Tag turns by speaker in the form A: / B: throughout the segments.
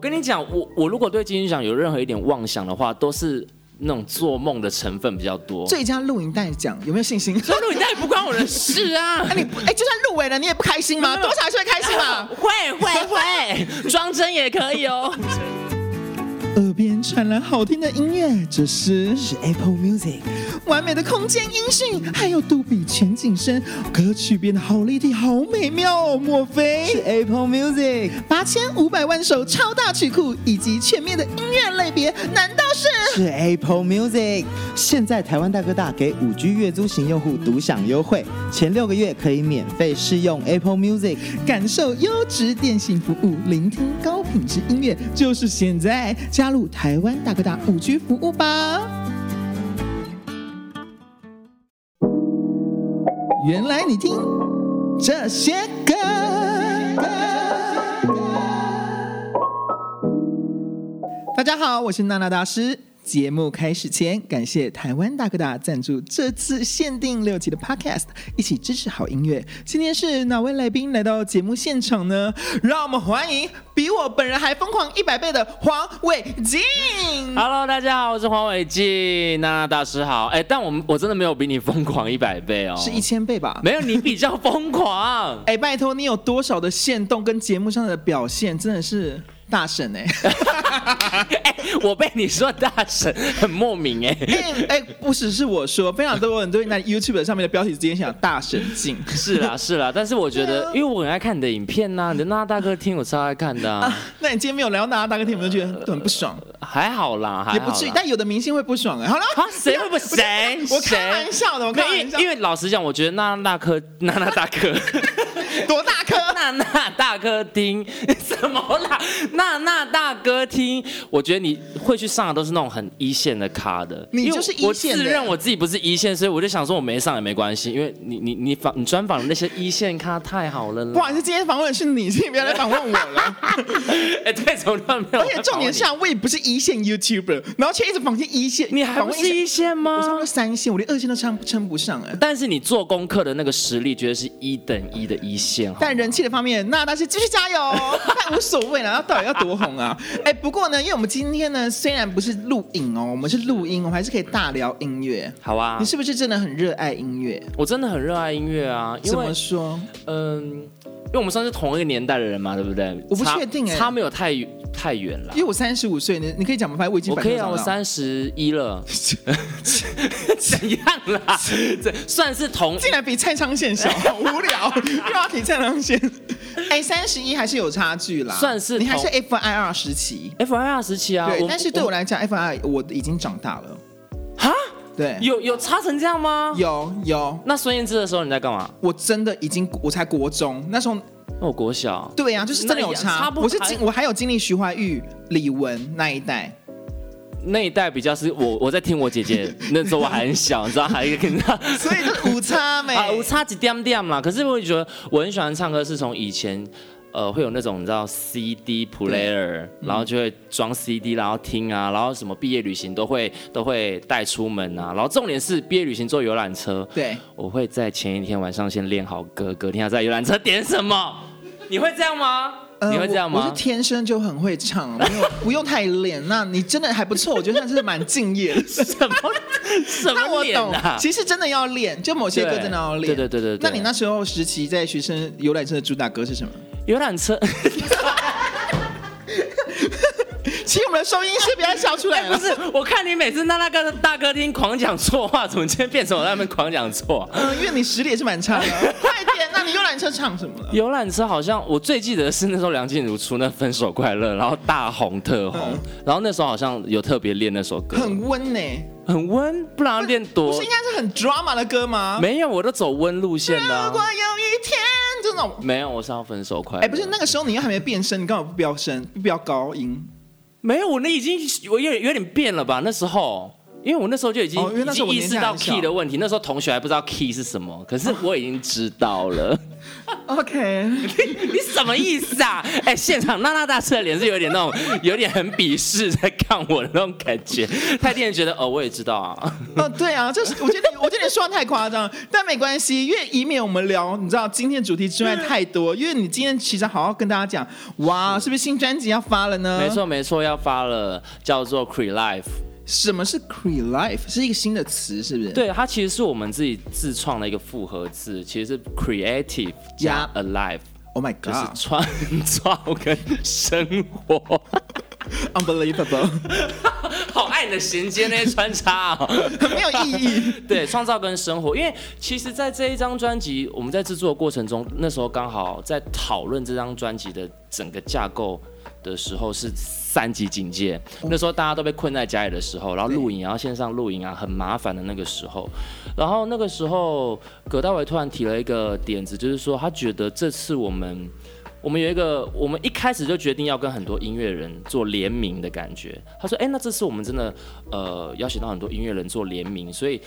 A: 跟你讲，我我如果对金曲奖有任何一点妄想的话，都是那种做梦的成分比较多。
B: 最佳录影带奖有没有信 心？
A: 所以录影带不关我的事啊
B: 那、。你不哎、就算入围了，你也不开心吗？多少还是会开心嘛。
A: 会会会，装真也可以哦。
B: 耳边传来好听的音乐，这是
C: 是 Apple Music。
B: 完美的空间音讯，还有杜比全景声，歌曲变得好立体，好美妙哦！莫
C: 是
B: 非
C: Apple Music，
B: 八千五百万首超大曲库，以及全面的音乐类别，难道是？
C: 是 Apple Music。现在台湾大哥大给五 G 月租型用户独享优惠，前六个月可以免费试用 Apple Music。
B: 感受优质电信服务，聆听高品质音乐，就是现在！加入台湾大哥大五 G 服务吧。原来你听这些歌。大家好，我是娜娜大师。节目开始前，感谢台湾大哥大赞助这次限定六集的 Podcast，一起支持好音乐。今天是哪位来宾来到节目现场呢？让我们欢迎比我本人还疯狂一百倍的黄伟晋。
A: Hello，大家好，我是黄伟晋，娜娜大师好。哎、但我们我真的没有比你疯狂一百倍哦，
B: 是一千倍吧？
A: 没有你比较疯狂。
B: 哎、拜托，你有多少的限动跟节目上的表现，真的是大 神哎、
A: 哎、我被你说大神很莫名哎、
B: 哎、哎，不只是我说，非常多人对那 YouTube 上面的标题直接想大神镜。
A: 是啦是啦，但是我觉
B: 对
A: 得
B: 啊，
A: 因为我很爱看你的影片呐、你的娜娜大哥听我超爱看的、啊，
B: 那你今天没有来到大家大哥听，我们就觉得很不爽，
A: 还好啦，还好
B: 啊也
A: 啦
B: 不至于。但有的明星会不爽哎、好了，
A: 啊，谁会不谁？
B: 我开
A: 谁
B: 玩笑的，我
A: 没
B: 开
A: 有，因
B: 玩笑
A: 为因，为老实讲，我觉得娜娜大哥， 娜娜大哥，
B: 多大 颗？
A: 娜娜大哥听什么啦？娜娜大哥听，我觉得你会去上的都是那种很一线的咖的，
B: 你
A: 因为
B: 就是一
A: 我
B: 线的
A: 自认我自己不是一线，所以我就想说我没上也没关系，因为你你你访你专访的那些一线咖太好了
B: 不
A: 啦。
B: 好意思，今天访问的是你，请你不要来访问我了。
A: 哎，对，怎么突然没有？
B: 而且重点是啊，我也不是一线 YouTuber，然后却一直访问一线，
A: 你还
B: 访
A: 不
B: 问
A: 是一线啊
B: 我上
A: 吗
B: 到？三线，我连二线都称称不上哎、
A: 但是你做功课的那个实力，绝对是一等一的一线哈。
B: 但人气的方面，那大师继续加 油，但无所谓了，那到底要多红 啊？哎、不过呢，因为我们今天呢，虽然不是录影哦，我们是录音，我们还是可以大聊音乐。
A: 好啊
B: 你，是不是真的很热爱音乐？
A: 我真的很热爱音乐啊，因
B: 怎
A: 为
B: 么说？
A: 嗯，因为我们算是同一个年代的人嘛，对不对？
B: 我不
A: 差
B: 确定欸
A: 差没有太远太远了
B: 因。为我三十五岁，你你可以讲吗？反正我已经
A: 我可以
B: 百
A: 啊，
B: 分
A: 我
B: 之百
A: 三十一了， 怎样啦？这算是同
B: 知道竟然比蔡昌宪 小，好无聊，又要提蔡昌宪。哎、三十一还是有差距啦，
A: 算是
B: 你还
A: 同
B: 是 F I R 时期。
A: F I R 时期啊。
B: 对，但是对我来讲，F I R 我已经长大了。
A: 哈，
B: 对，
A: 有有差成这样吗？
B: 有有，
A: 那孙燕姿的时候你在干嘛？
B: 我真的已经我才国中，那时候
A: 那我国小。
B: 对呀、就是真的有
A: 那
B: 差。
A: 也差不
B: 我是
A: 还
B: 经我还有经历徐怀钰、李玟那一代，
A: 那一代比较是我我在听我姐姐，那时候我还很小，你知道，还跟她。
B: 所以就是五差 没。
A: 啊，我差几点点啦。可是我觉得我很喜欢唱歌，是从以前。呃，会有那种你知道 CD
B: 嗯
A: player，然后就会装 CD，然后听啊，然后什么毕业旅行都会都会带出门啊，然后重点是毕业旅行坐游览车，
B: 对，
A: 我会在前一天晚上先练好歌，隔天要在游览车点什 么，你会这样吗？
B: 呃
A: 你会这样
B: 我？我
A: 吗
B: 是？天生就很会唱，没有不用太练。那你真的还不错，我觉得算是蛮敬业的。
A: 什么 什
B: 那
A: 么
B: 我
A: 脸
B: 懂
A: 啊，？
B: 其实真的要练，就某些歌
A: 对
B: 真的要练。
A: 对对对对对
B: 那你那时候时期在学生游览车的主打 歌是什么？
A: 游览 车。
B: 请我们的收音哎师不要 笑出来
A: 哎 不
B: 了。
A: 是，我看你每次在那个大歌厅狂讲错话，怎么今天变成我在那边狂讲错、啊？
B: 嗯，因为你实力也是蛮差的。快点，那你游览车唱什么了？
A: 游览车好像我最记得是那时候梁静茹出那《分手快乐》，然后大红特红，
B: 嗯
A: 然后那时候好像 有特别练那首歌，
B: 很温呢、
A: 很温，不然要练
B: 嗯不
A: 多
B: 是应。啊该是很 drama 的歌吗？
A: 没有，我都走温路线的啊、
B: 如果有一天这种，
A: 没有，我是要分手快乐。
B: 哎、不是那个时候你又还没变声，你干嘛不飙声，不飙高音？
A: 没有，我那已经我有有点变了吧？那时候，因为我那时候就已经、
B: 哦因为那时候我
A: 已经意
B: 年纪
A: 识
B: 还
A: 到
B: 很小
A: key 的问题，那时候同学还不知道 key 是什么，可是我已经知道了。
B: OK，
A: 你什么意思啊？ 哎、现场娜娜大师的脸是有点那种，有点很鄙视在看我的那种感觉。泰迪人觉得哦，我也知道啊，
B: 哦，对啊，就是我觉得你，我觉得你说的太夸张，但没关系，因为以免我们聊，你知道今天主题之外太多，因为你今天其实好好跟大家讲，哇，是不是新专辑要发了呢？
A: 没，错没错，要发了，叫做 Cre Life。
B: 什么是 Cree Life？是一个新的词，是不是？，
A: 对，它其实是我们自己自创的一个复合字，其实是 creative 加
B: Yeah
A: alive，
B: ，Oh my
A: 就是
B: God，
A: 创造跟生活。
B: unbelievable，
A: 好爱你的衔接那些穿插哦。
B: 没有意义。
A: 对，创造跟生活，因为其实，在这一张专辑，我们在制作的过程中，那时候刚好在讨论这张专辑的整个架构的时候是三级警戒，那时候大家都被困在家里的时候，然后录影，然后线上录影啊，很麻烦的那个时候。然后那个时候，葛大为突然提了一个点子，就是说他觉得这次我们。我们有一个，我们一开始就决定要跟很多音乐人做联名的感觉。他说：“哎、那这次我们真的，呃，邀请到很多音乐人做联名，所以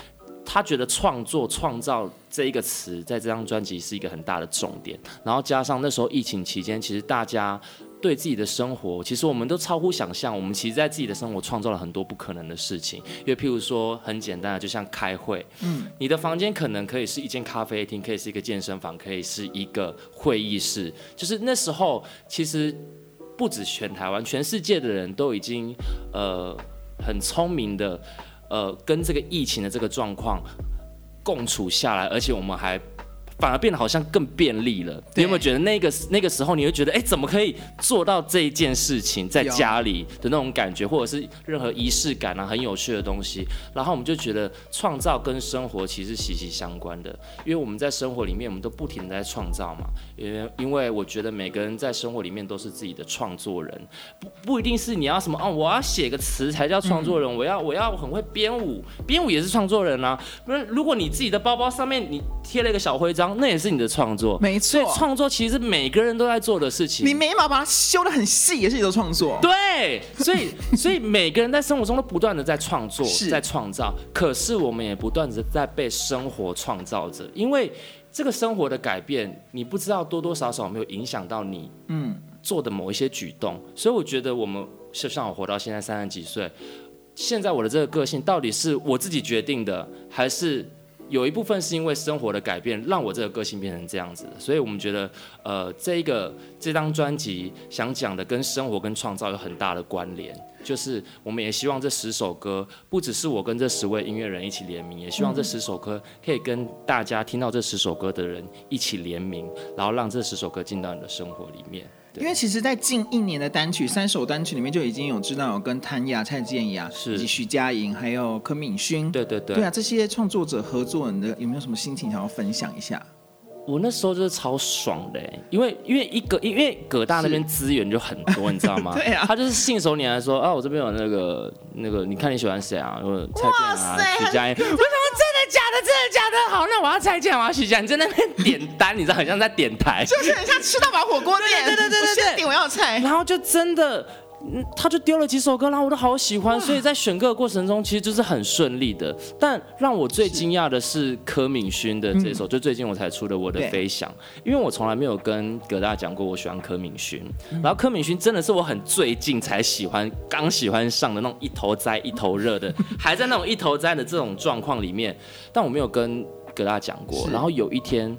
A: 他觉得创作、创造这一个词在这张专辑是一个很大的重点。然后加上那时候疫情期间，其实大家对自己的生活，其实我们都超乎想象。我们其实，在自己的生活创造了很多不可能的事情，因为譬如说很简单的，就像开会，嗯，你的房间可能可以是一间咖啡厅，可以是一个健身房，可以是一个会议室。就是那时候，其实不止全台湾，全世界的人都已经呃很聪明的。呃，跟这个疫情的这个状况共处下来，而且我们还反而变得好像更便利了。你
B: 对
A: 有没有觉得那个那个时候，你会觉得，哎、怎么可以做到这一件事情，在
B: 有
A: 家里的那种感觉，或者是任何仪式感啊，很有趣的东西。然后我们就觉得，创造跟生活其实息息相关的，因为我们在生活里面，我们都不停的在创造嘛。因为因为我觉得每个人在生活里面都是自己的创作人，不不一定是你要什么哦，我要写个词才叫创作人，我要我要很会编舞，编舞也是创作人啊。那如果你自己的包包上面你贴了一个小徽章，那也是你的创作。
B: 没
A: 所以
B: 错，
A: 创作其实是每个人都在做的事情。啊
B: 你眉毛把它修的很细，也是一种创作。
A: 对，所以所以每个人在生活中都不断的在创作
B: 是，
A: 在创造，可是我们也不断的在被生活创造着，因为这个生活的改变，你不知道多多少少有没有影响到你
B: 嗯，
A: 做的某一些举动，所以我觉得我们就像我活到现在三十几岁，现在我的这个个性到底是我自己决定的，还是有一部分是因为生活的改变让我这个个性变成这样子的？所以我们觉得，呃，这一个这张专辑想讲的跟生活跟创造有很大的关联，就是我们也希望这十首歌不只是我跟这十位音乐人一起联名，也希望这十首歌可以跟大家听到这十首歌的人一起联名，然后让这十首歌进到你的生活里面。对
B: 因为其实，在近一年的单曲三首单曲里面，就已经有知道有跟谭雅、蔡健雅、
A: 是
B: 以及徐佳莹，还有柯敏勋，
A: 对对对，
B: 对啊，这些创作者合作，你的有没有什么心情想要分享一下？
A: 我那时候就是超爽的欸、因为因为一个因为葛大那边资源就很多，你知道吗？
B: 对啊
A: 他就是信手拈来说啊，我这边有那个那个，你看你喜欢谁啊？或者蔡健啊
B: 哇塞，
A: 徐佳莹。我想说真的假的？真的假的？好，那我要蔡健，我要徐佳莹。你在那边点单，你知道，很像在点台。
B: 就是很像吃到饱火锅店，
A: 对对对对对对
B: 我现在点我要菜，
A: 然后就真的，嗯，他就丢了几首歌，然后我都好喜欢，所以在选歌的过程中，其实就是很顺利的。但让我最惊讶的是柯敏勋的这首，就最近我才出的《我的
B: 嗯对
A: 飞翔》，因为我从来没有跟葛大讲过我喜欢柯敏勋，
B: 嗯
A: 然后柯敏勋真的是我很最近才喜欢，刚喜欢上的那种一头栽一头热 的，还在那种一头栽的这种状况里面，但我没有跟葛大讲过。
B: 是
A: 然后有一天。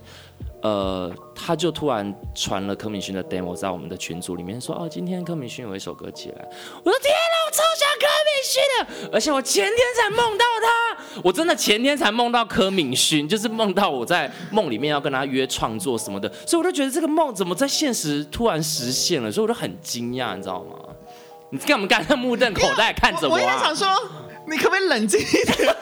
A: 呃，他就突然传了柯敏勋的 demo 在我们的群组里面，说哦，今天柯敏勋有一首歌起来，我说天哪，我超喜欢柯敏勋的，而且我前天才梦到他，我真的前天才梦到柯敏勋，就是梦到我在梦里面要跟他约创作什么的，所以我就觉得这个梦怎么在现实突然实现了，所以我就很惊讶，你知道吗？你干嘛干那目瞪口呆看着
B: 我我也
A: 啊
B: 想？说，你可不可以冷静一点？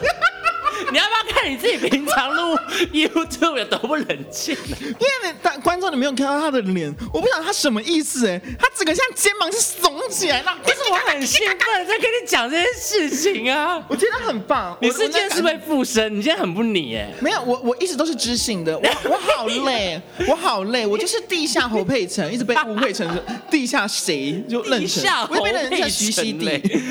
A: 你要不要看你自己平常录 YouTube 有多不冷静、啊？
B: 因为你但观众你没有看到他的脸，我不晓得他什么意思哎，他整个像肩膀是耸起来，那为什
A: 我很兴奋在跟你讲这件事情 啊！
B: 我觉得很棒。
A: 你
B: 我
A: 是今天是被附身，你今天很不你哎。
B: 没有，我我一直都是知性的，我我好累，我好累，我就是地下侯佩岑，一直被误会成是地下谁就认
A: 地
B: 成
A: 下，
B: 我也被认成叫
A: 侯佩
B: 徐熙
A: 岑
B: 娣
A: 嘞。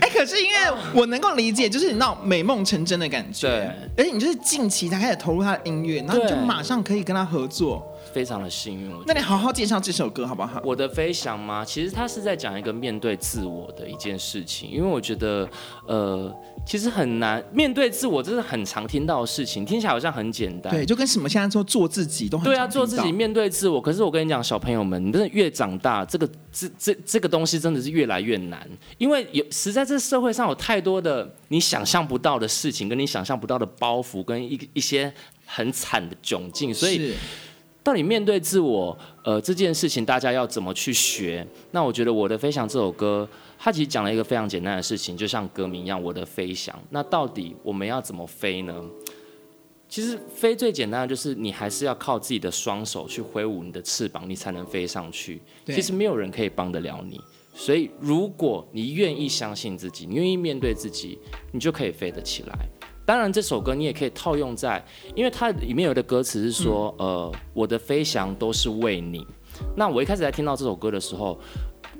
B: 哎、可是因为我能够理解，就是你那种美梦成真的感觉，
A: 对
B: 而且你就是近期才开始投入他的音乐，然后你就
A: 对
B: 马上可以跟他合作。
A: 非常的幸运。我觉
B: 那
A: 得
B: 你好好介绍这首歌好不好？
A: 我的飞翔吗？其实他是在讲一个面对自我的一件事情，因为我觉得，呃，其实很难面对自我，这是很常听到的事情，听起来好像很简单。
B: 对，就跟什么现在说做自己都很
A: 对啊，
B: 常听
A: 做自己，
B: 到
A: 面对自我。可是我跟你讲，小朋友们，你真的越长大，这个这这这个东西真的是越来越难，因为有实在这社会上有太多的你想象不到的事情，跟你想象不到的包袱，跟一一些很惨的窘境，所以
B: 是
A: 到底面对自我，呃，这件事情大家要怎么去学？那我觉得《我的飞翔》这首歌，它其实讲了一个非常简单的事情，就像歌名一样，《我的飞翔》。那到底我们要怎么飞呢？其实飞最简单的就是你还是要靠自己的双手去挥舞你的翅膀，你才能飞上去。
B: 对
A: 其实没有人可以帮得了你，所以如果你愿意相信自己，你愿意面对自己，你就可以飞得起来。当然，这首歌你也可以套用在，因为它里面有的歌词是说，呃，我的飞翔都是为你。那我一开始在听到这首歌的时候，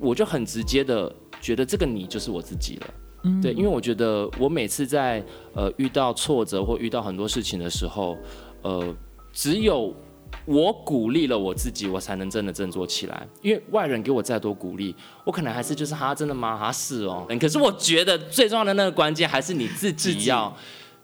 A: 我就很直接的觉得这个你就是我自己了。
B: 嗯
A: 对，因为我觉得我每次在呃遇到挫折或遇到很多事情的时候，呃，只有我鼓励了我自己，我才能真的振作起来。因为外人给我再多鼓励，我可能还是就是哈，真的吗？哈是哦。嗯可是我觉得最重要的那个关键还是你自己要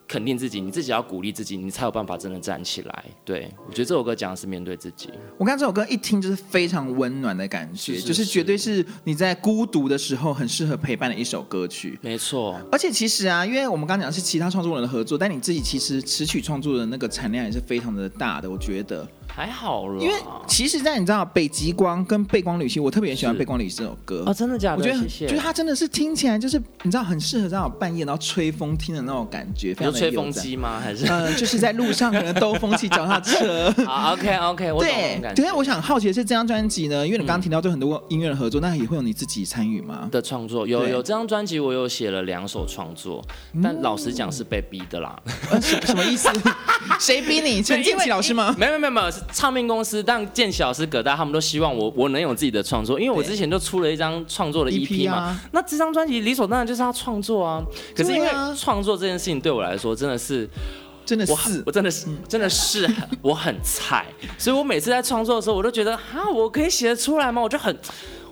A: 肯定自己，你自己要鼓励自己，你才有办法真的站起来。对我觉得这首歌讲的是面对自己，
B: 我刚刚这首歌一听就是非常温暖的感觉，
A: 是是
B: 就是
A: 是
B: 绝对是你在孤独的时候很适合陪伴的一首歌曲。
A: 没错，
B: 而且其实啊，因为我们刚讲的是其他创作人的合作，但你自己其实词曲创作的那个产量也是非常的大的，我觉得。
A: 还好了。
B: 因为其实，在你知道北极光跟背光旅行，我特别喜欢
A: 是
B: 背光旅行这首歌。
A: 哦，真的假的？
B: 我觉得很，
A: 谢谢
B: 就是它真的是听起来就是你知道很适合在我半夜然后吹风听的那种感觉，非
A: 你说
B: 常的
A: 吹风
B: 悠哉。
A: 机吗？还是？
B: 呃，就是在路上可能兜风骑脚踏车。
A: 啊，OK OK，我懂那
B: 对
A: 种感，觉
B: 对，我想好奇的是这张专辑呢，因为你刚刚提到对很多音乐的合作，那也会有你自己参与吗？
A: 的创作有
B: 对
A: 有这张专辑，我有写了两首创作，但老实讲是被逼的啦。
B: 呃，什什么意思？谁逼你？陈 建奇老师吗？
A: 没有没有没有，是唱片公司，但建奇老师、葛大他们都希望我我能有自己的创作，因为我
B: 对
A: 之前就出了一张创作的
B: EP
A: EP 嘛。
B: 啊
A: 那这张专辑理所当然就是要创作啊。可是因为
B: 对啊
A: 创作这件事情对我来说真的是
B: 真的
A: 我
B: 是嗯
A: 我真的是真的是我很菜，所以我每次在创作的时候，我都觉得哈，我可以写得出来吗？我就很。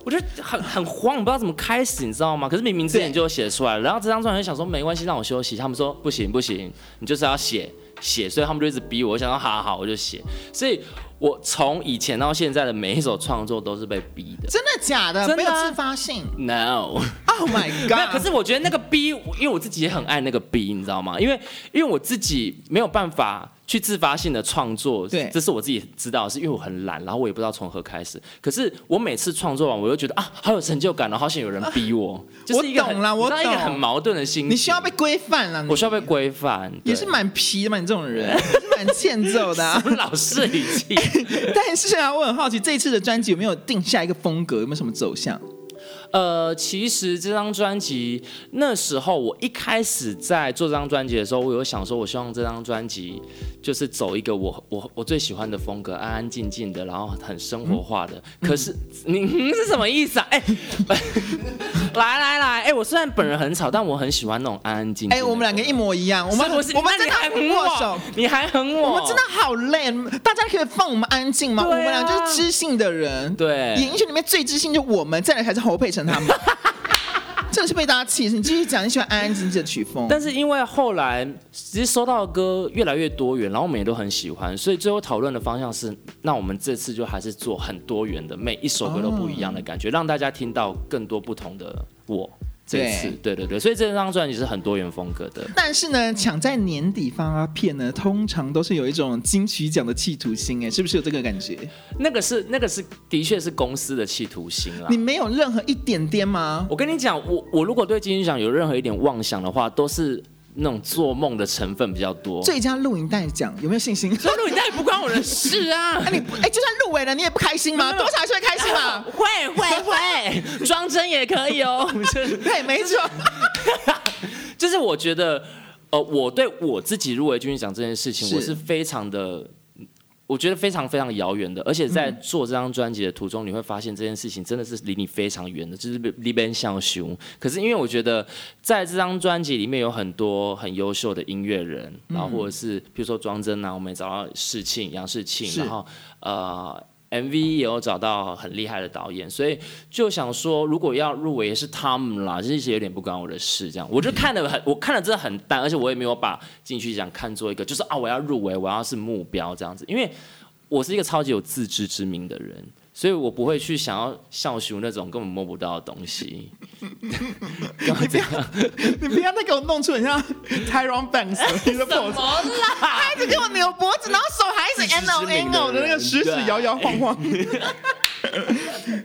A: 我就很很慌，我不知道怎么开始，你知道吗？可是明明之前
B: 对
A: 就有写出来了，然后这张专辑想说没关系，让我休息。他们说不行不行，你就是要写写，所以他们就一直逼我。我想说好好好，我就写。所以我从以前到现在的每一首创作都是被逼的。
B: 真的假的？
A: 真
B: 没
A: 的
B: 有
A: 啊
B: 自发性。
A: No。
B: Oh my
A: 没有，
B: god！
A: 可是我觉得那个逼，我因为我自己也很爱那个逼，你知道吗？因为因为我自己没有办法去自发性的创作，
B: 对
A: 这是我自己知道的，是因为我很懒，然后我也不知道从何开始。可是我每次创作完，我又觉得啊，好有成就感哦，好想有人逼我，就是一个很
B: 我懂啦
A: 你知道
B: 我懂
A: 一个很矛盾的心情，
B: 你需要被规范了，你
A: 我需要被规范，对
B: 也是蛮皮的嘛，你这种人也是蛮欠揍的、啊。
A: 老是语气。
B: 但 是啊，我很好奇这一次的专辑有没有定下一个风格，有没有什么走向？
A: 呃，其实这张专辑那时候我一开始在做这张专辑的时候，我有想说，我希望这张专辑就是走一个我我我最喜欢的风格，安安静静的，然后很生活化的。可是你、嗯、是什么意思啊？哎、 来来来，哎、我虽然本人很吵，但我很喜欢那种安安静静的。
B: 哎、我们两个一模一样，我
A: 我
B: 们
A: 不是
B: 我们
A: 那
B: 真
A: 你
B: 的
A: 还
B: 很
A: 很
B: 握手
A: 我，，你还很我，
B: 我们真的好累。大家可以放我们安静吗？
A: 对
B: 我
A: 啊
B: 们俩就是知性的人，
A: 对
B: 演艺圈里面最知性就我们，再来才是侯佩岑他们。 真的是被大家气死！你继续讲，你喜欢安安静静的曲风，
A: 但是因为后来其实收到的歌越来越多元，然后我们也都很喜欢，所以最后讨论的方向是，那我们这次就还是做很多元的，每一首歌都不一样的感觉，让大家听到更多不同的我。这次，对对对，所以这张专辑是很多元风格的。
B: 但是呢，抢在年底发啊片呢，通常都是有一种金曲奖的企图心，哎，是不是有这个感觉？
A: 那个是那个是的确是公司的企图心啦
B: 你。没有任何一点点吗？
A: 我跟你讲，我我如果对金曲奖有任何一点妄想的话，都是那种做梦的成分比较多。
B: 最佳录影带奖有没有信 心？
A: 所以录影带不关我的事啊！？
B: 那、你不哎、就算入围了，你也不开心吗？多少还是会开心嘛
A: 会会会， 装真也可以哦。
B: 对，没错。
A: 就是我觉得，呃，我对我自己入围金曲奖这件事情，
B: 是
A: 我是非常的，我觉得非常非常遥远的。而且在做这张专辑的途中，你会发现这件事情真的是离你非常远的，就是离边像熊。可是因为我觉得，在这张专辑里面有很多很优秀的音乐人，
B: 嗯
A: 然后或者是比如说庄真啊，我们也找到世庆、杨世庆，
B: 是
A: 然后呃。MV 也有找到很厉害的导演，所以就想说，如果要入围也是他们啦，其实有点不关我的事。这样，我就看得很，我看的真的很淡，而且我也没有把进去奖看作一个，就是啊，我要入围，我要是目标这样子。因为我是一个超级有自知之明的人，所以我不会去想要笑熊那种根本摸不到的东西。干嘛这样？
B: 你不要再给我弄出很像 Tyron Banks 的 pose，
A: 啦？
B: 他一直给我扭脖子，然后手还一直 n o n o 的那个食指摇摇晃晃。
A: 啊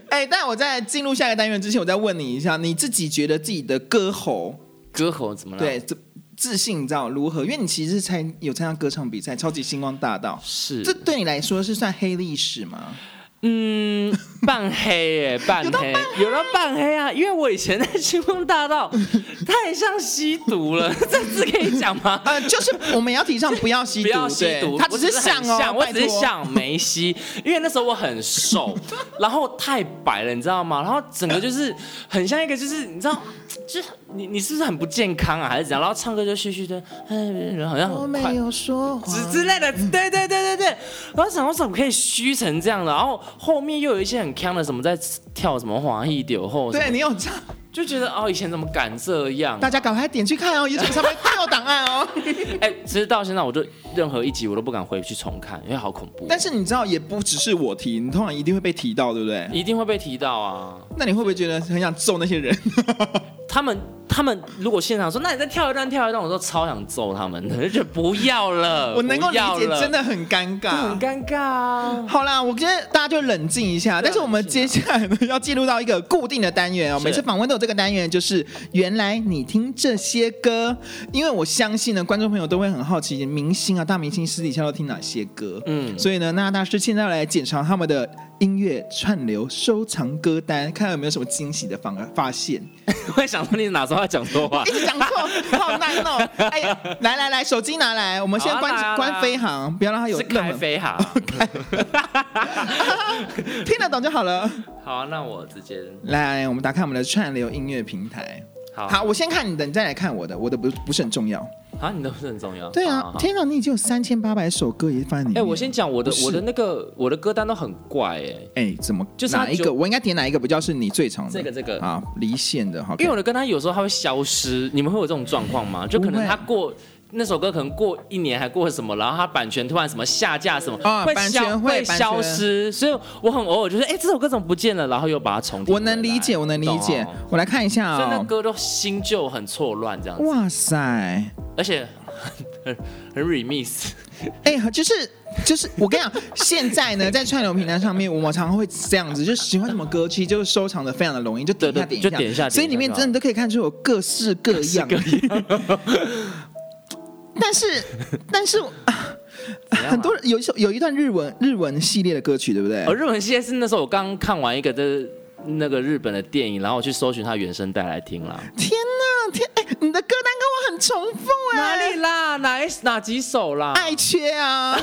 B: 哎、但我在进入下一个单元之前，我再问你一下，你自己觉得自己的歌喉
A: 歌喉怎么了？
B: 对自自信，你知道如何？因为你其实是参有参加歌唱比赛，超级星光大道，
A: 是
B: 这对你来说是算黑历史吗？
A: 嗯，半黑耶，半黑， 有到半黑啊！因为我以前在星光大道 太像吸毒了， 这次可以讲 吗？
B: 呃，就是我们要提倡不要吸
A: 不
B: 毒，
A: 要吸
B: 对
A: 毒，
B: 他
A: 我
B: 只
A: 只
B: 想
A: 很
B: 哦，
A: 像我
B: 拜
A: 只是
B: 托
A: 想没吸，因为那时候我很 瘦，然后太白了，你知道吗？然后整个就是很像一个，就是你知道， 就是你你是不是很不健康啊，还是怎样？然后唱歌就嘘嘘的，哎，好像
B: 我
A: 很
B: 没
A: 快。
B: 有说
A: 之
B: 谎。
A: 之类的，对对对对对。然后想说怎么可以虚成这样的，然后后面又有一些很强的什么在跳什么华裔流后，
B: 对你有唱，
A: 就觉得哦以前怎么敢这样？
B: 大家赶快点去看哦，YouTube 上面都有档案哦。
A: 哎，其实到现在我就任何一集我都不敢回去重看，因为好恐怖。
B: 但是你知道，也不只是我提，你通常一定会被提到，对不对？
A: 一定会被提到啊！
B: 那你会不会觉得很想揍那些人？
A: 他们他们如果现场说，那你再跳一段跳一段，我都超想揍他们的，就 觉得不要了，
B: 我能够
A: 不
B: 理
A: 要
B: 解，
A: 了
B: 真的很尴
A: 很
B: 尬。
A: 尴尬啊。
B: 好啦，我觉得大家就冷静一下。但是我们接下来呢，要进入到一个固定的单元哦。
A: 啊是
B: 每次访问都有这个单元，就是原来你听这些歌，因为我相信呢，观众朋友都会很好奇，明星啊、大明星私底下都听哪些歌。
A: 嗯，
B: 所以呢，那大师现在要来检查他们的音乐串流收藏歌单，看看有没有什么惊喜的发发现。
A: 我也想说你哪时候要讲错话
B: 一？直讲错，好难 哦！哎，来来来，手机拿来，我们先
A: 好啊
B: 关
A: 来啊来
B: 关
A: 啊
B: 飞行，不要让 它有
A: 是
B: 任
A: 开
B: 何
A: 飞哈。
B: 听得懂就好了。
A: 好啊，那我直接
B: 来，我们打开我们的串流音乐平台。
A: 好
B: 好，我先看你的，你再来看我的，我的不不是很重要。
A: 啊，你都是很重要。
B: 对
A: 好
B: 啊，
A: 好好
B: 天哪，你已经有三千八百首歌也放在里面。
A: 哎、我先讲我的
B: 不是
A: 我的那个我的歌单都很怪哎、
B: 哎，怎么
A: 就是它
B: 哪一个？
A: 九
B: 我应该点哪一个比较是你最长的？
A: 这个这个
B: 啊，离线的，好看，
A: 因为我的歌单有时候它会消失，你们会有这种状况吗？就可
B: 不
A: 能
B: 会
A: 它过。那首歌可能过一年还过什么，然后它版权突然什么下架什么，
B: 啊
A: 会
B: 版
A: 消
B: 权会
A: 会
B: 版权
A: 消失，所以我很偶尔就是，哎、这首歌怎么不见了？然后又把它重听
B: 我能理解，
A: 回来
B: 我能理解
A: 懂。
B: 我来看一下
A: 所以那
B: 啊，
A: 歌都新旧很错乱这样子，
B: 哇塞，
A: 而且很很很 remix，
B: 哎、就是就是，我跟你讲，现在呢，在串流平台上面，我们常常会这样子，就喜欢什么歌，其实就是收藏的非常的容易，就点一下
A: 对
B: 点一
A: 对
B: 下，
A: 就点一下
B: 所以里面真的都可以看出有各式各样。 但是，但 是、啊
A: 怎样啊
B: 很多人有一首有一段日文日文系列的歌曲，对不对？
A: 哦，日文系列是那时候我刚看完一个的那个日本的电影，然后我去搜寻它原声带来听啦。
B: 天哪，天哎、你的歌单跟我很重复哎、
A: 哪里啦？哪一哪几首啦？
B: 爱缺啊，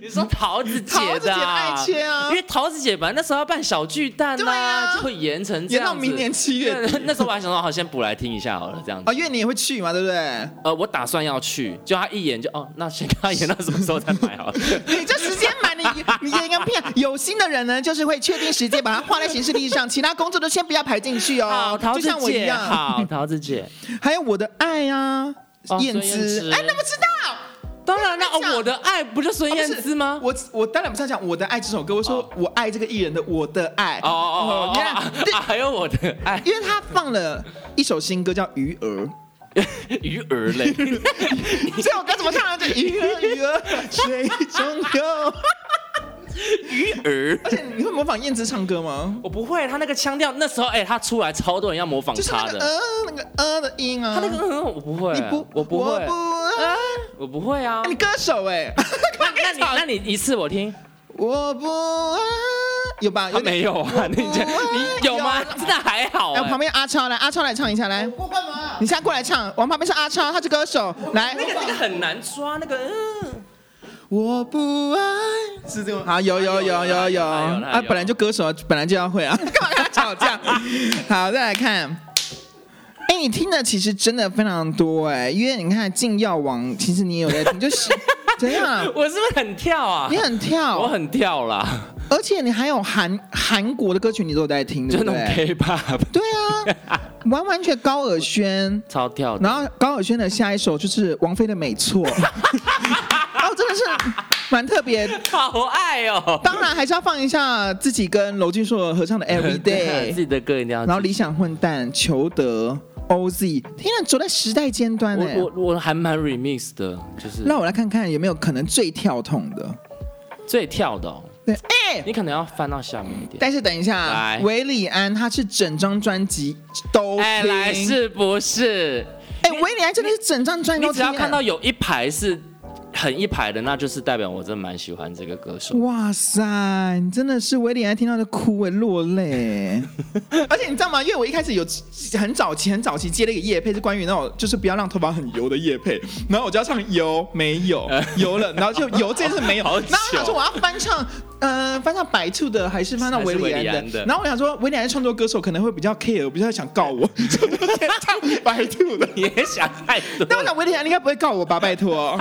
A: 你说桃子姐
B: 桃子姐
A: 的
B: 的
A: 啊
B: 爱缺啊
A: 因为桃子姐本来那时候要办小巨蛋
B: 对
A: 呐、
B: 啊
A: 就会延成这
B: 延
A: 样
B: 到明年
A: 子
B: 七月
A: 对那时候我还想说，好，先补来听一下好了，这样子。
B: 啊，因为你也会去嘛，对不对？
A: 呃，我打算要去，就他一演就哦，那先看他演到什么时候再买好了。
B: 你这时间买你 你演个骗！有心的人呢，就是会确定时间，把它画在行事历上，其他工作都先不要排进去哦
A: 好，。桃
B: 就
A: 子
B: 像我一
A: 姐，
B: 样，
A: 好，桃子姐。
B: 还有我的爱啊，
A: 哦
B: 燕
A: 孙燕
B: 姿，
A: 姿
B: 哎，那不知道。
A: 当然啦，
B: 我跟你讲
A: 哦我的爱不就孙
B: 哦不
A: 燕
B: 是
A: 姿吗？
B: 我我当然不是要讲我的爱这首歌，我说我爱这个艺人的我的爱。
A: 哦哦哦
B: 你
A: 哦
B: 看，
A: 哦
B: 对，
A: 啊，还有我的爱
B: 因为他放了一首新歌叫《 鱼儿
A: 鱼儿嘞，》，
B: 这首歌怎么唱来着？鱼儿鱼儿水中游，
A: 鱼饵。
B: 而且你会模仿燕姿唱歌吗？
A: 我不会，他那个腔调，那时候哎、他出来超多人要模仿
B: 就是
A: 他
B: 那个
A: 的，
B: 呃那个呃的音
A: 他
B: 啊，
A: 那个嗯，我不会，
B: 你不
A: 我不
B: 我
A: 会
B: 不，
A: 啊我不会啊
B: 哎。你歌手 哎，
A: 那那你那你一次我听，
B: 我不爱，有吧？
A: 他
B: 有点
A: 没有啊？你这你有吗？
B: 有啊
A: 真的还好
B: 来，我旁
A: 哎。
B: 边阿超来，阿超来唱一下，来，
C: 我干嘛？
B: 你现在过来唱。我们旁边是阿超，他是歌手，来，
A: 那个那个很难抓，那个嗯，
B: 我不爱，是这种。好，啊有有有有有，啊，本来就歌手啊，本来就要会 啊，干嘛跟他吵架？好，再来看。哎、你听的其实真的非常多哎、因为你看《禁药王》，其实你也有在听，就是 怎样，
A: 我是不是很跳啊？
B: 你很跳，
A: 我很跳啦，
B: 而且你还有韩韩国的歌曲，你都有在听，对
A: 就
B: 不
A: 那种
B: 对？
A: K-pop
B: 对 啊，完完全高尔宣，
A: 超跳的。
B: 然后高尔宣的下一首就是王菲的《没错》，哦，真的是蛮特别。
A: 好爱哦！
B: 当然还是要放一下自己跟娄俊硕合唱的《Every
A: 对
B: Day
A: 自》，己的歌一定要记。
B: 然后理想混蛋、裘德、OZ，天呐，走在时代尖端哎、
A: 我我我还蛮 remix 的，就是
B: 让我来看看有没有可能最跳痛的。
A: 最跳的哦。
B: 对，哎、
A: 你可能要翻到下面一点。
B: 但是等一下啊
A: 来，
B: 韦礼安他是整张专辑都听，
A: 哎，来是不是？
B: 哎，韦礼安真的是整张专
A: 你
B: 辑啊都
A: 只
B: 听
A: 要看到有一排是很一排的，那就是代表我真的蛮喜欢这个歌手。
B: 哇塞，你真的是威廉，还听到就哭哎，落泪。 而且你知道吗？因为我一开始有很早期、很早期接了一个夜配，是关于那种就是不要让头发很油的夜配，然后我就要唱油没有油了，然后 就油这件事没有，
A: 好
B: 然
A: 久
B: 后我想说我要翻唱，呃，翻唱白兔的还是翻唱维里
A: 还是维里
B: 安
A: 安
B: 的，
A: 的
B: 然后我想说维里安是创作歌手可能会比较 care，比较想告我，所以我就先唱 白兔的。
A: 你也想太多
B: 但我
A: 了。
B: 想维里安应该不会告我吧，拜 托。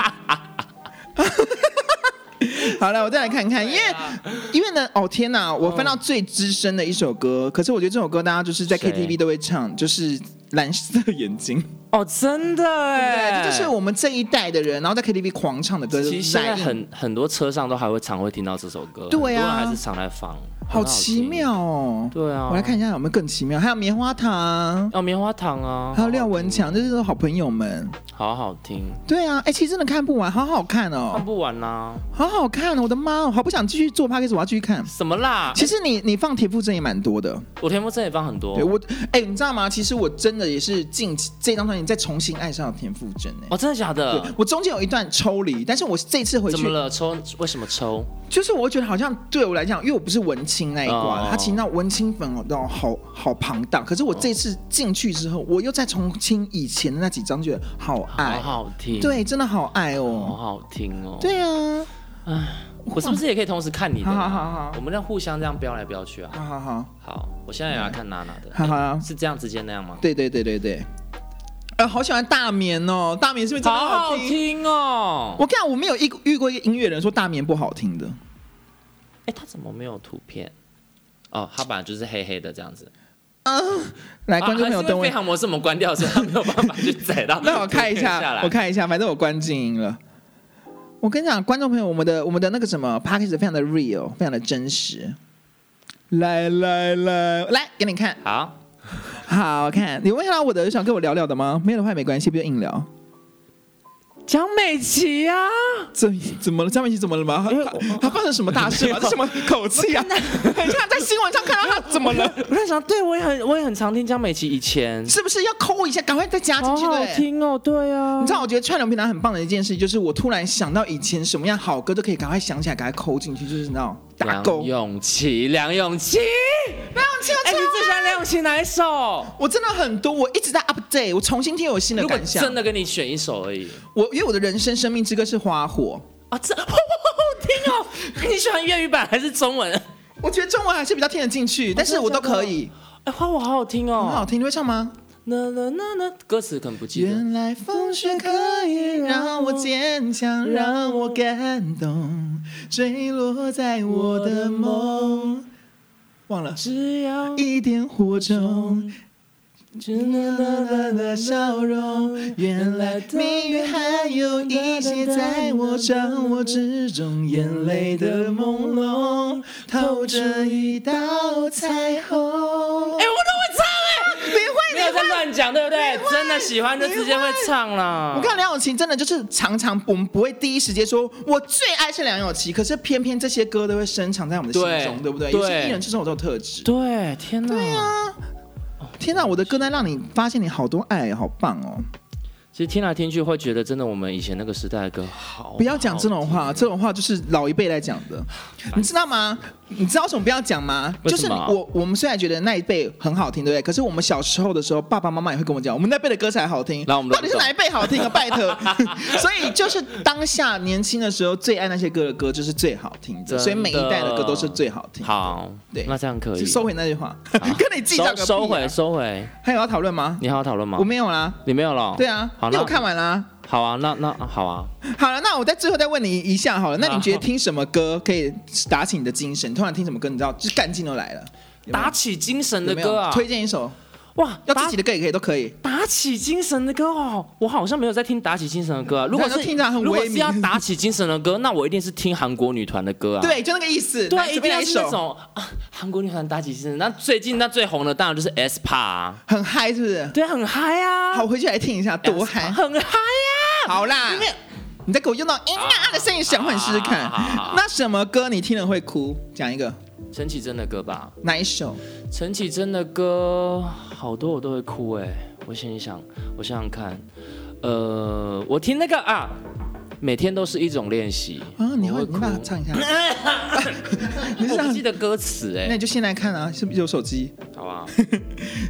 B: 好了，我再来看看，因为、
A: 啊
B: 因为呢，哦天哪，我翻到最资深的一首歌，可是我觉得这首歌大家就是在
A: 嗯谁
B: KTV 都会唱，就是《蓝色 眼睛》，
A: 哦，真的哎，
B: 对，这就是我们这一代的人，然后在 KTV 狂唱的歌，
A: 其实
B: 就是
A: 现在
B: 蓝
A: 很很多车上都还会常会听到这首歌，很多
B: 对啊
A: 人还是常来放，
B: 好
A: 很
B: 奇
A: 听。
B: 妙哦。
A: 对啊，
B: 我来看一下有没有更奇妙，还有棉花糖，
A: 哦，棉花糖啊，
B: 还有廖文强，这些都是好朋友们。
A: 好好听，
B: 对啊，哎，其实真的看不完，好好看哦
A: 放，不完呐，
B: 好好看哦，我的妈哦，好不想继续做 p a c k a g e 我要继续看。
A: 什么啦？
B: 其实你你放田馥甄也蛮多的，
A: 我田馥甄也放很多
B: 对，我哎、你知道吗？其实我真的也是近期这张专辑再重新爱上了田馥甄哎。
A: 哦，真的假的
B: 对？我中间有一段抽离，但是我这次回
A: 怎
B: 去
A: 么，了？抽为什么抽？
B: 就是我觉得好像对我来讲，因为我不是文青那一挂
A: 哦
B: 的，他其实那文青粉哦，都好好庞大。可是我这次进去之后，我又再重听以前的那几张，觉得好
A: 好
B: 爱，
A: 好听，，
B: 对，真的好爱
A: 好
B: 哦，
A: 好听哦。，
B: 对啊，
A: 我是不是也可以同时看你的？
B: 好好好好
A: 我们要互相这样飙来飙去啊。
B: 好好好，
A: 好，我现在也要看娜娜的，
B: 好好
A: 是这样直接那样吗？
B: 对对对对对，呃，好喜欢大眠哦，大眠是不是真的
A: 好好
B: 听？
A: 听哦。
B: 我看我没有遇遇过一个音乐人说大眠不好听的，
A: 哎，他怎么没有图片？哦，他本来就是黑黑的这样子。
B: 来哎观众朋友
A: 啊还是因
B: 等
A: 为飞，
B: 我。
A: 行模式我们关掉，所以他没有办法去载到
B: 让我看一
A: 下
B: 下
A: 来，
B: 我看一下，反正我关静音了。我跟你讲，观众朋友，我们的我们的那个什么 p a c k a g e 非常的 real，非常的真实。来来来，来给你看，
A: 好，
B: 好看。你问到我的想跟我聊聊的吗？没有的话也没关系，不就硬聊。
A: 蒋美琪啊，
B: 这怎么了？张美琪怎么了吗？他他发生什么大事吗？这什么口气 啊？很像在新闻上看到他怎么了？
A: 我在想，对我也很我也很常听江美琪，以前
B: 是不是要抠一下？赶快再加进
A: 好
B: 去，对
A: 好
B: 不对？
A: 听哦，对啊，
B: 你知道，我觉得串流平台很棒的一件事，就是我突然想到以前什么样好歌，都可以赶快想起来，赶快抠进去，就是那种打勾。
A: 梁咏琪，梁咏琪，
B: 梁咏琪
A: 哎、你最喜欢梁咏琪哪一首？
B: 我真的很多，我一直在 update，我重新听有新的
A: 如果
B: 感想。
A: 真，的跟你选一首而已
B: 我因为我的人生生命之歌是花火，
A: 啊，这 好好听哦。你喜欢粤语版还是中文？
B: 我觉得中文还是比较听得进去，但是
A: 哦
B: 我都可以，
A: 哎，花我好好听
B: 很好
A: 哦。
B: 听。你会唱吗？
A: 那那那那，歌词可能不记得。
B: 原来风雪可以让我坚强，让我感动，坠落在我的梦。忘了，
A: 只要
B: 一点火种。
A: 只能
B: 啦啦啦笑容，原来命运还有一些在我掌握之中，眼泪的朦胧透着一道彩虹。
A: 哎、我都会唱哎、
B: 你
A: 没
B: 会
A: 有在乱乱讲，对不对？真的喜欢就直接会唱啦。
B: 我看梁咏琪真的就是常常我们不会第一时间说我最爱是梁咏琪，可是偏偏这些歌都会深藏在我们的心
A: 对
B: 中，对不对？
A: 对
B: 有些艺人就是有这种特质。
A: 对，天哪！
B: 对啊，天哪，我的歌单让你发现你好多爱，好棒哦！
A: 其实听来听去会觉得，真的我们以前那个时代的歌好。
B: 不要讲这种话，这种话就是老一辈在讲的，你知道吗？你知道为什么不要讲吗？
A: 为
B: 就
A: 什
B: 是
A: 么
B: 我我们虽然觉得那一辈很好听，对不对？可是我们小时候的时候，爸爸妈妈也会跟我讲，我们那辈的歌才好听。
A: 然后我们都
B: 到
A: 不
B: 底
A: 懂
B: 是哪一辈好听啊？拜托！所以就是当下年轻的时候最爱那些歌的歌就是最好听
A: 真
B: 的，
A: 的
B: 所以每一代的歌都是最好听。，
A: 好，
B: 对
A: 那这样可以
B: 就收回那句话，跟你计较
A: 收
B: 个屁
A: 收回。
B: 啊
A: 收回，
B: 还有要讨论吗？
A: 你还要讨论吗
B: 我？没有啦。
A: 你没有了。
B: 对啊，
A: 好，
B: 因为
A: 那
B: 我看完啦、
A: 好啊，那那好啊，
B: 好了，那我在最后再问你一下好了，那你
A: 好
B: 觉得听什么歌可以打起你的精神？通常听什么歌，你知道，就是干劲都来了。有没有
A: 打起精神的
B: 有没有
A: 歌啊，
B: 推荐一首，
A: 哇，
B: 要
A: 打
B: 自己的歌也可以，都可以。
A: 打起精神的歌哦，我好像没有在听打起精神的歌啊。如果
B: 嗯你看
A: 是
B: 都听起来很
A: 如果
B: 萎靡
A: 是要打起精神的歌，那我一定是听韩国女团的歌啊。
B: 对，就那个意思。
A: 对啊，
B: 来
A: 一
B: 随
A: 定
B: 便
A: 要
B: 来一
A: 是那
B: 首，
A: 种啊，韩国女团打起精神。那最近那最红的当然就是 S p a 啊，
B: 很嗨，是不是？
A: 对啊，很嗨啊，
B: 好，我回去来听一下，多
A: S-PA
B: 嗨！啊
A: 很嗨呀、
B: 好啦
A: 因为，
B: 你再给我用到“啊”的声音想换试试看
A: 好好好好。
B: 那什么歌你听了会哭？讲一个，
A: 陈绮贞的歌吧，
B: 哪一首？
A: 陈绮贞的歌好多我都会哭哎、我想一想，我想想看，呃，我听那个啊，每天都是一种练习
B: 啊，你会，
A: 我
B: 你把它
A: 哭。
B: 唱一下。你是
A: 我不
B: 让
A: 记得歌词哎、
B: 那你就现在看啊，是不是有手机？
A: 好不好？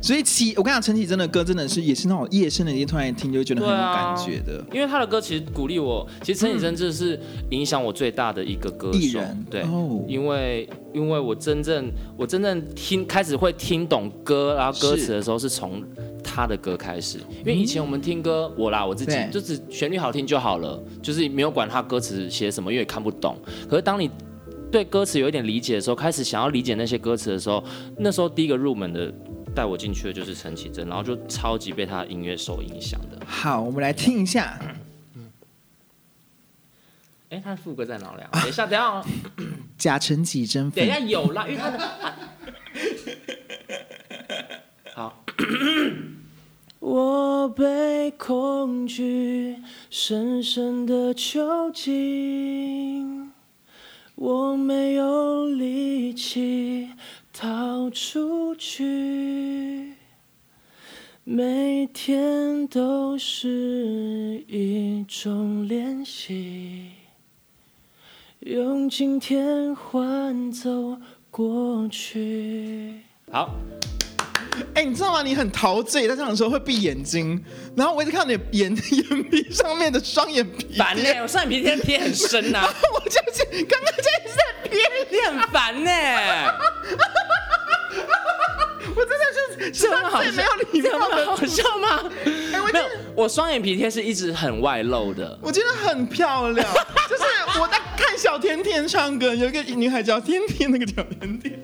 B: 所以其我跟你讲，陈绮贞的歌真的是也是那种夜深人静突然听就会觉得很有感觉的。
A: 因为他的歌其实鼓励我，其实陈绮贞这是影响我最大的一个歌
B: 艺
A: 手
B: 人，
A: 对，
B: 哦
A: 因为因为我真正我真正听开始会听懂歌，然后歌
B: 是
A: 词的时候是从他的歌开始，因为以前我们听歌，我啦我自己
B: 对
A: 就只旋律好听就好了，就是没有管他歌词写什么，因为也看不懂。可是当你对歌词有一点理解的时候，开始想要理解那些歌词的时候，那时候第一个入门的带我进去的就是陈绮贞，然后就超级被她的音乐受影响的。
B: 好，我们来听一下。
A: 哎，他的副歌在哪里啊？等一下，等一下哦，
B: 假陈绮贞
A: 等
B: 粉
A: 一，下有啦，因为他的。啊好。我被恐惧深深的囚禁，我没有力气逃出去，每天都是一种练习。用今天换走过去。好，
B: 哎、你知道吗？你很陶醉，在唱的时候会闭眼睛，然后我一直看到你眼 眼皮上面的双眼皮
A: 烦呢、
B: 贴
A: 我上眼皮贴贴很深呐、
B: 我就是刚刚就一直在憋，
A: 你很烦呢、
B: 我真的是
A: 这很好
B: 最
A: 笑，
B: 没有礼
A: 这
B: 貌
A: 很
B: 的
A: 好笑吗？
B: 哎我
A: 没
B: 真
A: 有
B: 的，
A: 我双眼皮贴是一直很外露的。
B: 我觉得很漂亮，就是我在看小甜甜唱歌，有一个女孩叫天天，那个小甜甜。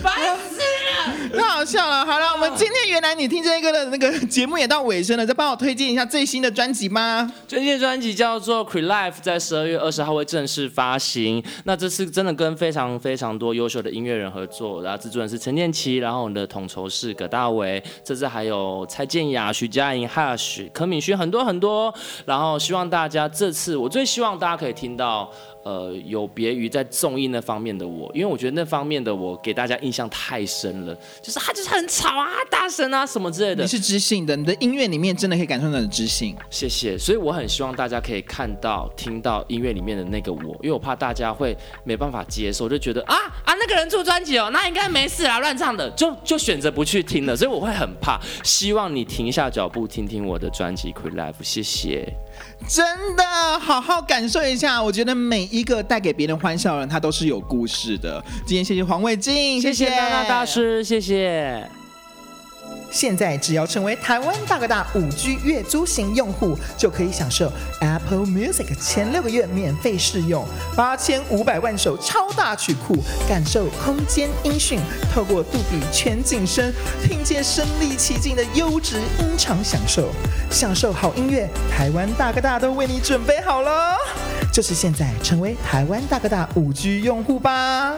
A: 烦死了！
B: 太好笑了！好了，我们今天原来你听这些歌的那个节目也到尾声了，再帮我推荐一下最新的专辑吧。
A: 最近专辑叫做《Cre Life》，在十二月二十号会正式发行。那这次真的跟非常非常多优秀的音乐人合作，然后制作人是陈建奇，然后我们的统筹是葛大为，这次还有蔡健雅、徐佳莹、Hush、柯敏勋，很多很多。然后希望大家这次，我最希望大家可以听到，呃，有别于在综艺那方面的我，因为我觉得那方面的我给大家印象太深了，就是他就是很吵啊、大声啊什么之类的
B: 你。是知性的，你的音乐里面真的可以感受到你的知性。
A: 谢谢，所以我很希望大家可以看到、听到音乐里面的那个我，因为我怕大家会没办法接受，就觉得啊啊那个人做专辑哦，那应该没事啦，乱唱的，就就选择不去听了，所以我会很怕。希望你停下脚步，听听我的专辑《Quit Life》，谢谢。
B: 真的，好好感受一下。我觉得每一个带给别人欢笑的人，他都是有故事的。今天谢谢黄伟晋，
A: 谢
B: 谢
A: 谢娜娜大。师，谢谢。
B: 现在只要成为台湾大哥大五 G 月租型用户，就可以享受 Apple Music 前六个月免费试用，八千五百万首超大曲库，感受空间音讯，透过杜比全景声，听见身临其境的优质音场享受，享受好音乐，台湾大哥大都为你准备好了，就是现在成为台湾大哥大五 G 用户吧。